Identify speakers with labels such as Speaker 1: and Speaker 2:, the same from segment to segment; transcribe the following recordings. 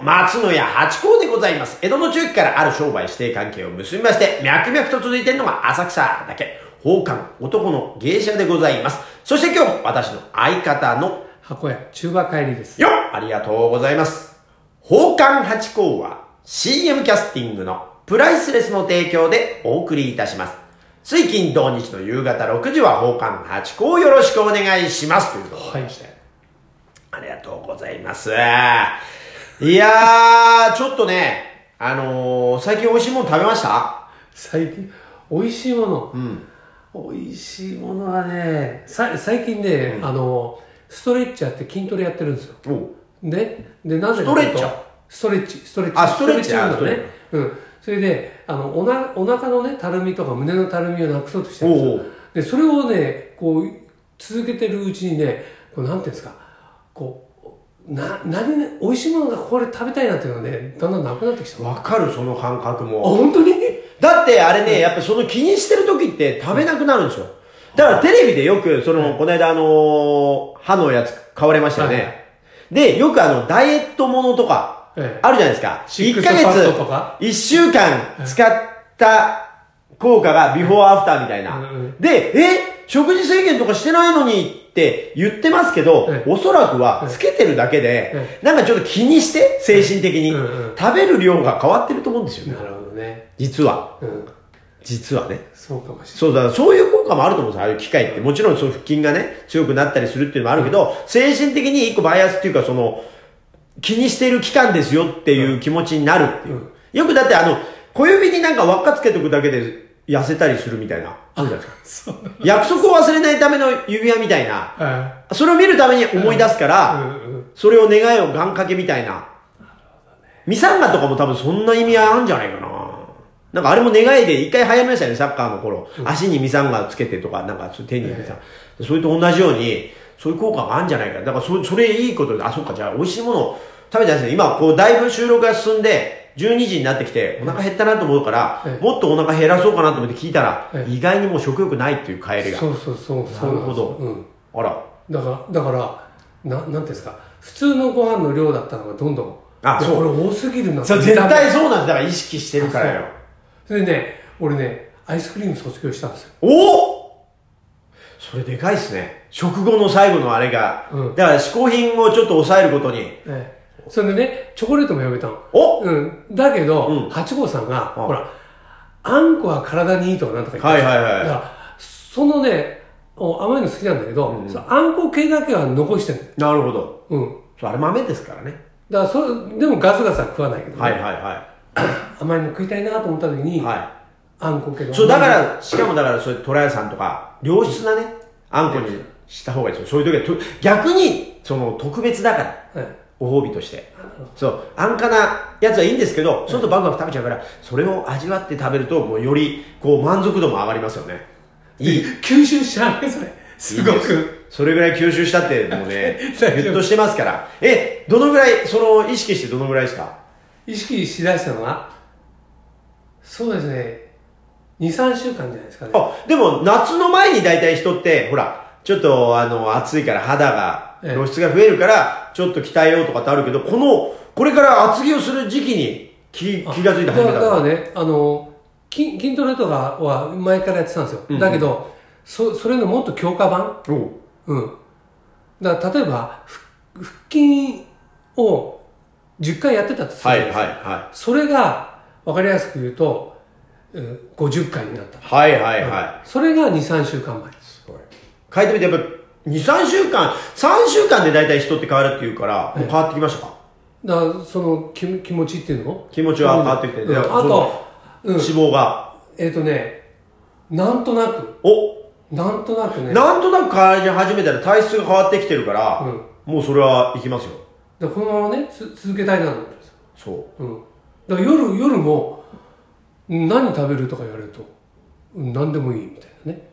Speaker 1: 松野屋八甲でございます。江戸の中期からある商売指定関係を結びまして、脈々と続いているのが浅草だけ、宝冠男の芸者でございます。そして今日も私の相方の
Speaker 2: 箱屋中馬帰りです。
Speaker 1: よありがとうございます。宝冠八甲は CM キャスティングのプライスレスの提供でお送りいたします。水金土日の夕方6時は奉還8校よろしくお願いしますというところでして、はい、ありがとうございます。いやー、ちょっとね、あのー、最近美味しいもの食べました
Speaker 2: 最近、美味しいもの、、
Speaker 1: うん
Speaker 2: 美味しいものはね、さ最近ね、うん、あのー、ストレッチャーって筋トレやってるんですよ。で、で、なぜ
Speaker 1: ストレッチャー
Speaker 2: ストレッチ、ストレッチ。
Speaker 1: あ、ストレッチ
Speaker 2: なんだね。うん。それで、あの、おな、お腹のね、たるみとか胸のたるみをなくそうとしてるんですよ。で、それをね、こう、続けてるうちにね、こう、なんていうんですか、こう、な、何、ね、美味しいものがこれ食べたいなっていうのがね、だんだんなくなってきた。
Speaker 1: わかる、その感覚も。
Speaker 2: あ、本当に
Speaker 1: だってあれね、うん、やっぱその気にしてる時って食べなくなるんですよ。だからテレビでよく、その、はい、この間あのー、歯のやつ買われましたよね。はい、で、よくあの、ダイエットものとか、ええ、あるじゃないですか。1ヶ月、1週間使った効果がビフォーアフターみたいな。で、え食事制限とかしてないのにって言ってますけど、え、おそらくはつけてるだけで、なんかちょっと気にして、精神的に、食べる量が変わってると思うんですよ
Speaker 2: ね。なるほどね。
Speaker 1: 実は。
Speaker 2: うん
Speaker 1: 実はね。
Speaker 2: そうかもし
Speaker 1: れない。そうだ、そういう効果もあると思うんですよ、ああいう機械って。もちろんその腹筋がね、強くなったりするっていうのもあるけど、精神的に一個バイアスっていうか、その、気にしてる期間ですよっていう気持ちになるっていう。うん、よくだってあの、小指になんか輪っかつけとくだけで痩せたりするみたいな。あるじゃないです か。約束を忘れないための指輪みたいな。それを見るために思い出すから、それを願いを願掛けみたいな。ミサンガとかも多分そんな意味合いあるんじゃないかな。なんかあれも願いで一回流行りましたね、サッカーの頃。足にミサンガつけてとか、なんか手にミサンガ。それと同じように、そういう効果があるんじゃないかだからそ、それいいことで、あ、そっか、じゃあ美味しいものを食べたいですね。今、こう、だいぶ収録が進んで、12時になってきて、お腹減ったなと思うから、うん、もっとお腹減らそうかなと思って聞いたら、うん、意外にもう食欲ないっていう帰りが。
Speaker 2: そうそうそう
Speaker 1: そう。なるほど。
Speaker 2: うん、
Speaker 1: あら。
Speaker 2: だから、だから、な、なんですか、普通のご飯の量だったのがどんどん。
Speaker 1: あ、そう。
Speaker 2: これ多すぎるな
Speaker 1: そう、絶対そうなんだ。から意識してるからよ。
Speaker 2: それでね、俺ね、アイスクリーム卒業したんですよ。
Speaker 1: おおそれでかいっすね。食後の最後のあれが。うん、だから嗜好品をちょっと抑えることに。え
Speaker 2: え、それでね、チョコレートもやめたの。
Speaker 1: お
Speaker 2: うん。だけど、うん、八号さんが、ほら、あんこは体にいいとかなんとか言って
Speaker 1: はいはいはい。
Speaker 2: だから、そのね、甘いの好きなんだけど、うん、あんこ系だけは残してる
Speaker 1: なるほど。
Speaker 2: うん。
Speaker 1: そあれ豆ですからね。
Speaker 2: だからそれ、でもガツガツは食わないけど、。
Speaker 1: ね、はいはいはい
Speaker 2: 甘いの食いたいなと思った時に、
Speaker 1: はい。
Speaker 2: あんこけど。
Speaker 1: そう、だから、しかもだから、そういうトラヤさんとか、良質なね、あんこにした方がいいですよ。そういう時は、逆に、その、特別だから、お褒美として。そう、あんかなやつはいいんですけど、ちょっとバクバク食べちゃうから、それを味わって食べると、もうより、こう、満足度も上がりますよね。
Speaker 2: いい。吸収しちゃうね、それ。すごく。
Speaker 1: それぐらい吸収したって、もうね、 ぎゅっとしてますから。え、どのぐらい、その、意識してどのぐらいですか
Speaker 2: 意識しだしたのはそうですね。23週間じゃないですかね
Speaker 1: あでも夏の前に大体人ってほらちょっとあの暑いから肌が露出が増えるからちょっと鍛えようとかってあるけどこのこれから厚着をする時期に気気が付いて始め
Speaker 2: ただからねあの筋筋トレとかは前からやってたんですよ、うんうん、だけどそそれのもっと強化版
Speaker 1: う、
Speaker 2: ん、だから例えば腹筋を10回やってたとするじゃないですか、はいはいはい、それが分かりやすく言うと50回になった。。
Speaker 1: はいはいはい
Speaker 2: それが2、3週間前。
Speaker 1: すごい。書いてみて、やっぱ2、3週間、3週間で大体人って変わるっていうから、変わってきましたか
Speaker 2: だから、その気気持ちっていうの
Speaker 1: 気持ちは変わってきて、
Speaker 2: うん、あと、
Speaker 1: うん、脂肪が。
Speaker 2: えっ、とね、なんとなく。
Speaker 1: お
Speaker 2: なんとなくね。
Speaker 1: なんとなく変わり始めたら体質が変わってきてるから、うん、もうそれはいきますよ。
Speaker 2: だこのままねつ、続けたいなと思って。
Speaker 1: そう
Speaker 2: うん。だから夜、夜も、何食べるとか言われると何でもいいみたいなね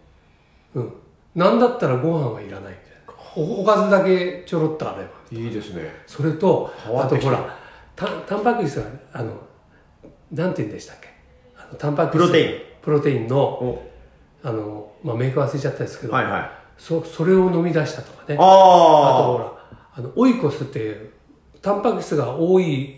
Speaker 2: うん何だったらご飯はいらないみたいなおおかずだけちょろっとあれば
Speaker 1: いいですね
Speaker 2: それとあとほらたタンパク質はあのなんて言うんでしたっけあのタンパク
Speaker 1: 質プロテイン
Speaker 2: プロテインのあの、まあ、メイク忘れちゃったんですけど、
Speaker 1: はいはい、
Speaker 2: そそれを飲み出したとかね
Speaker 1: あ
Speaker 2: あとほらあのオイコスっていうタンパク質が多い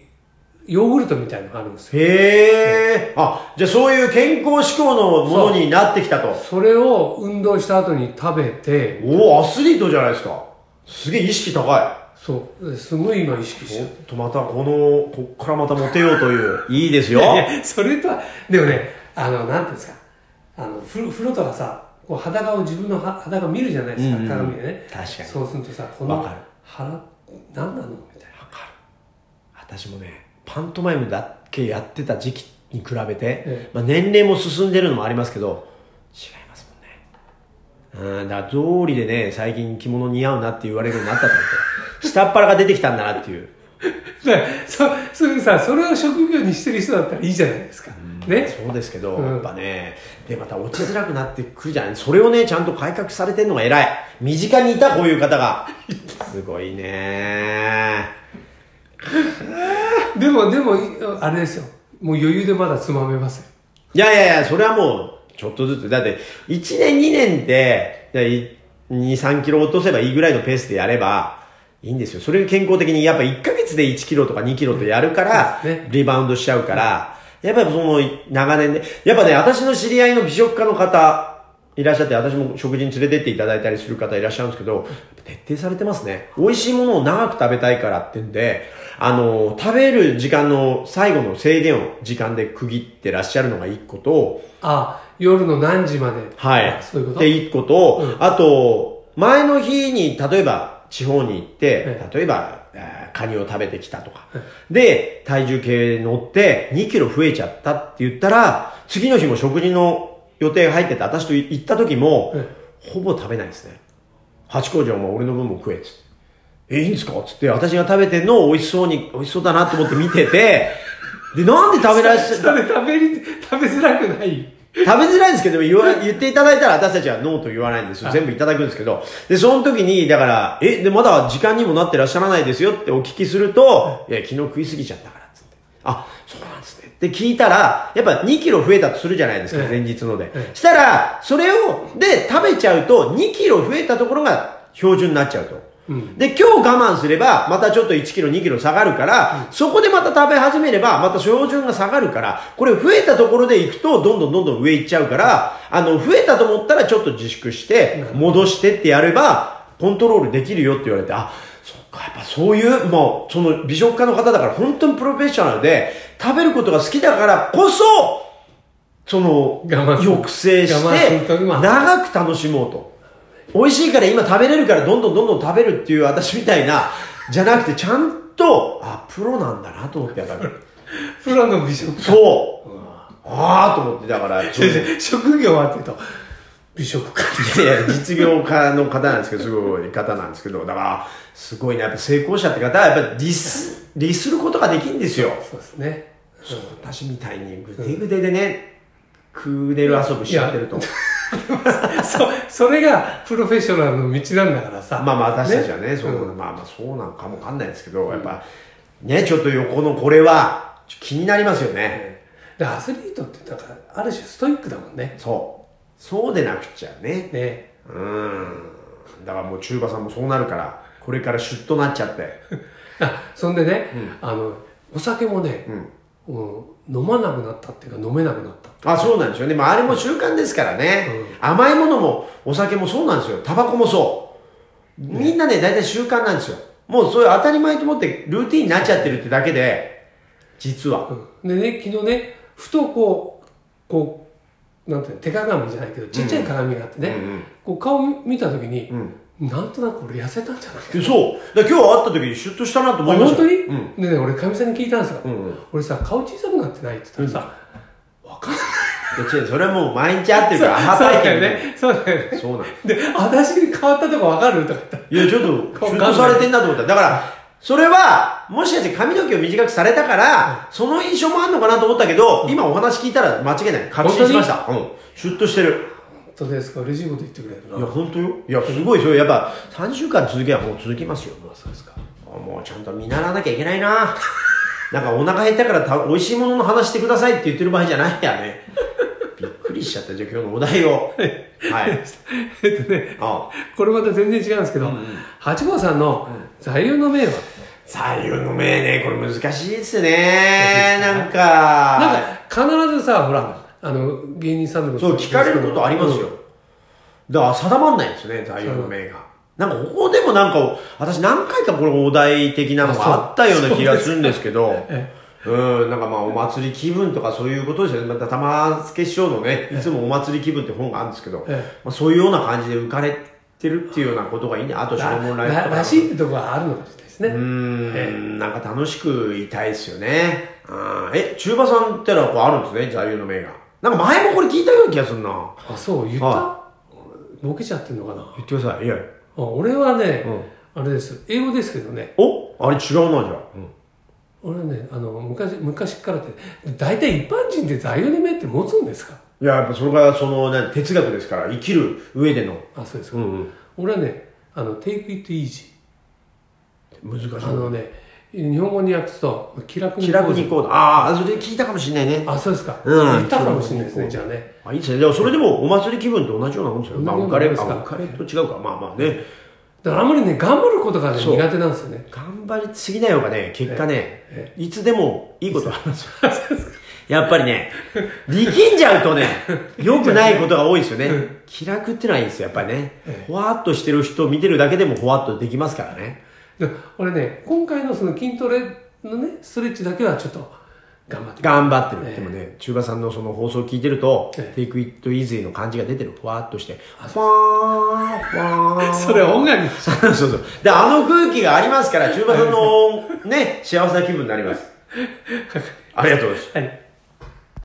Speaker 2: ヨーグルトみたいのがあるんですよ。
Speaker 1: へえ。あ、じゃあそういう健康志向のものになってきたと。
Speaker 2: それを運動した後に食べて、
Speaker 1: おお、アスリートじゃないですか。すげえ意識高い。
Speaker 2: そう、すごい今意識し
Speaker 1: お
Speaker 2: て
Speaker 1: っと、またこの、こっからまたモテようという。いいですよ。
Speaker 2: いやいやそれとは、でもね、あの、なんていうんですか、あの、風呂風呂とかさ、こう裸を自分のは裸見るじゃないですか、
Speaker 1: うんうん
Speaker 2: 鏡でね。
Speaker 1: 確かに
Speaker 2: そうするとさ、こ
Speaker 1: わ
Speaker 2: の
Speaker 1: かる
Speaker 2: 腹、何なのみたいな。
Speaker 1: 私もねパントマイムだけやってた時期に比べて、
Speaker 2: え
Speaker 1: まあ、年齢も進んでるのもありますけど違いますもんねうんだから道理でね最近着物似合うなって言われるようになったと思 って下っ腹が出てきたんだなっていう
Speaker 2: だからそそれさ、それを職業にしてる人だったらいいじゃないですか。ね。
Speaker 1: そうですけど、
Speaker 2: うん
Speaker 1: やっぱねでまた落ちづらくなってくるじゃないそれをねちゃんと改革されてるのが偉い身近にいたこういう方 がすごいね
Speaker 2: でも、でも、いあれですよ。もう余裕でまだつまめますよ。
Speaker 1: いやいやいや、それはもう、ちょっとずつ。だって、1年2年で、いやい2、3キロ落とせばいいぐらいのペースでやれば、いいんですよ。それが健康的に、やっぱ1ヶ月で1キロとか2キロとやるから
Speaker 2: そうですね、
Speaker 1: リバウンドしちゃうから、やっぱりその、長年で、やっぱね、私の知り合いの美食家の方、いらっしゃって、私も食事に連れてっていただいたりする方いらっしゃるんですけど、やっぱ徹底されてますね。美味しいものを長く食べたいからってんで、あの、食べる時間の最後の制限を時間で区切ってらっしゃるのが一個と、
Speaker 2: あ、夜の何時まで。
Speaker 1: はい。
Speaker 2: あそういうこと
Speaker 1: で、一個と、
Speaker 2: うん
Speaker 1: あと、前の日に、例えば、地方に行って
Speaker 2: え、
Speaker 1: 例えば、あーカニを食べてきたとか
Speaker 2: え。
Speaker 1: で、体重計乗って、2キロ増えちゃったって言ったら、次の日も食事の予定が入ってて、私と行った時も、
Speaker 2: え
Speaker 1: ほぼ食べないですね。八工場も俺の分も食えっつって。え、いいんですかっつって、私が食べてんのを美味しそうに、美味しそうだなと思って見てて、で、なんで食べらっしゃ
Speaker 2: それ食べり、食べづらくない。
Speaker 1: 食べづらいんですけど、言わ言っていただいたら私たちはノーと言わないんですよ。全部いただくんですけど。で、その時に、だから、え、で、まだ時間にもなってらっしゃらないですよってお聞きすると、いや、昨日食いすぎちゃったから、つって。あ、そうなんですね。って聞いたら、やっぱ2キロ増えたとするじゃないですか、
Speaker 2: ええ
Speaker 1: 前日ので
Speaker 2: え。
Speaker 1: したら、それを、で、食べちゃうと、2キロ増えたところが標準になっちゃうと。
Speaker 2: うん
Speaker 1: で、今日我慢すれば、またちょっと1キロ、2キロ下がるから、そこでまた食べ始めれば、また標準が下がるから、これ増えたところで行くと、どんどんどんどん上行っちゃうから、あの、増えたと思ったらちょっと自粛して、戻してってやれば、コントロールできるよって言われて、あ、そっか、やっぱそういう、もう、その美食家の方だから、本当にプロフェッショナルで、食べることが好きだからこそ、その、
Speaker 2: 我慢する
Speaker 1: 抑制し
Speaker 2: 我慢する
Speaker 1: て、
Speaker 2: とまあ
Speaker 1: 長く楽しもうと。美味しいから今食べれるからどんどんどんどん食べるっていう私みたいな、じゃなくてちゃんと、あ、プロなんだなと思ってやっぱり。
Speaker 2: プロの美食家。
Speaker 1: そう。ああと思って、だから、ちょっと
Speaker 2: 職業はっていうと、美食家
Speaker 1: いやいや実業家の方なんですけど、すごい方なんですけど、だから、すごいな、やっぱ成功者って方は、やっぱり律す、律することができるんですよ。
Speaker 2: そうですね。
Speaker 1: そう私みたいにぐでぐででね、クーネル遊ぶしちゃってると。
Speaker 2: そ、それがプロフェッショナルの道なんだからさ。
Speaker 1: まあまあ私たちはね、そうまあまあそうなんかもわかんないですけど、やっぱ、ね、ちょっと横のこれは、ちょっと気になりますよね。
Speaker 2: でアスリートってだからある種ストイックだもんね
Speaker 1: そう。そうでなくちゃね。
Speaker 2: ね
Speaker 1: うん。だからもう中馬さんもそうなるから、これからシュッとなっちゃって。
Speaker 2: あそんでね、あのお酒もね、うん飲まなくなったっていうか飲めなくなった
Speaker 1: あ、そうなんですよね。まああれも習慣ですからね。甘いものも、お酒もそうなんですよ。タバコもそう。みんなね、大体習慣なんですよ。もうそういう当たり前と思ってルーティンになっちゃってるってだけで、実は。
Speaker 2: うんでね昨日ねふとこうこうなんていうの手鏡じゃないけどちっちゃい鏡があってね、こう顔見た時に、なんとなく俺痩せたんじゃない
Speaker 1: でそう。だから今日会った時にシュッとしたなと思いま
Speaker 2: 本
Speaker 1: した
Speaker 2: 当
Speaker 1: よ。
Speaker 2: に、
Speaker 1: うん。
Speaker 2: でね俺かみさんに聞いたんですよ、
Speaker 1: んうん
Speaker 2: 俺さ顔小さくなってないって言ったらさ、わかんない
Speaker 1: いや違う、それはもう毎日会ってるから、アハ
Speaker 2: そう
Speaker 1: 体
Speaker 2: だ
Speaker 1: 験
Speaker 2: よ
Speaker 1: で
Speaker 2: ねそうだよね
Speaker 1: そうなんで
Speaker 2: で私に変わったとこわかるとか言った
Speaker 1: す。いや、ちょっ と、シュッとされてんなと思った。だから、それは、もしかして髪の毛を短くされたから、その印象もあんのかなと思ったけど、今お話聞いたら間違いない。確信しました。うん。シュッとしてる。
Speaker 2: 本当ですか嬉しいこと言ってくれるない
Speaker 1: や、本当よ。いや、すごいですよ。やっぱ、3週間続けばもう続きますよ。
Speaker 2: まあそうですか
Speaker 1: あもうちゃんと見習わなきゃいけない な。なんかお腹減ったからた美味しいものの話してくださいって言ってる場合じゃないやね。びっくりしちゃった。じゃあ今日のお題 を。はい。
Speaker 2: えっとね
Speaker 1: あ
Speaker 2: これまた全然違うんですけど、八号さんの座右の銘は、
Speaker 1: 左右の銘ね、これ難しいですね。なんか。
Speaker 2: なんか、必ずさ、ほら、あの、芸人さんでも
Speaker 1: そう、聞かれることあります
Speaker 2: うん
Speaker 1: よ。だから定まんないんですね、座右の銘が。なんかここでもなんか、私何回かこれお題的なの
Speaker 2: あそう
Speaker 1: があったような気がするんですけど、
Speaker 2: え
Speaker 1: うん、なんかまあお祭り気分とかそういうことですよね。また玉助師匠のね、いつもお祭り気分って本があるんですけど、
Speaker 2: え
Speaker 1: まあ、そういうような感じで浮かれてるっていうようなことがいいね。あと、
Speaker 2: ら
Speaker 1: 証文ライブと
Speaker 2: ら
Speaker 1: から
Speaker 2: しいってとこがあるのかもしれないですね。
Speaker 1: うーん、なんか楽しくいたいですよね。うんえ、中馬さんってのはこうあるんですね、座右の銘が。なんか前もこれ聞いたような気がするな。
Speaker 2: あ、そう、言った
Speaker 1: は
Speaker 2: ボケちゃってんのかな
Speaker 1: 言ってください。いやいや
Speaker 2: あ俺はね、あれです。英語ですけどね、
Speaker 1: おあれ違うな、じゃあ。
Speaker 2: 俺はね、あの、昔、昔からって、大体一般人って座右の銘って持つんですか
Speaker 1: いや、やっぱそれがその、ね、哲学ですから、生きる上での。
Speaker 2: あ、そうですか。
Speaker 1: んうん。
Speaker 2: 俺はね、あの、take it easy。
Speaker 1: 難しい。
Speaker 2: あのね、日本語に訳すと、気楽に
Speaker 1: 気楽に行こうだ。ああ、それ聞いたかもしれないね。
Speaker 2: あ、そうですか。
Speaker 1: うん
Speaker 2: 言ったかもしれないですね、
Speaker 1: 気
Speaker 2: じゃあね。
Speaker 1: あいいですね。でもそれでもお祭り気分と同じようなもんですよ。まあ、浮かれ、あ
Speaker 2: 同じようなも
Speaker 1: 浮
Speaker 2: んです
Speaker 1: かれと違うか。まあまあね。
Speaker 2: だからあんまりね、頑張ることがね、
Speaker 1: そう
Speaker 2: 苦手なんですよね。
Speaker 1: 頑張りすぎないようがね、結果ね、いつでもいいことあるんですよ。やっぱりね、力んじゃうと ね、良くないことが多いですよね。気楽ってのはいいですよ、やっぱりね。ほわっとしてる人を見てるだけでもほわっとできますからね。
Speaker 2: で俺ね、今回のその筋トレのね、ストレッチだけはちょっと頑張って。
Speaker 1: 頑張ってる。でもね、中馬さんのその放送を聞いてると、
Speaker 2: え
Speaker 1: Take It Easy の感じが出てる。ふわっとして。ふわー、ふわー。
Speaker 2: それ音楽に
Speaker 1: そうそうそう。で、あの空気が ありますから、中馬さんの、ね、幸せな気分になります。ありがとうございます。
Speaker 2: はい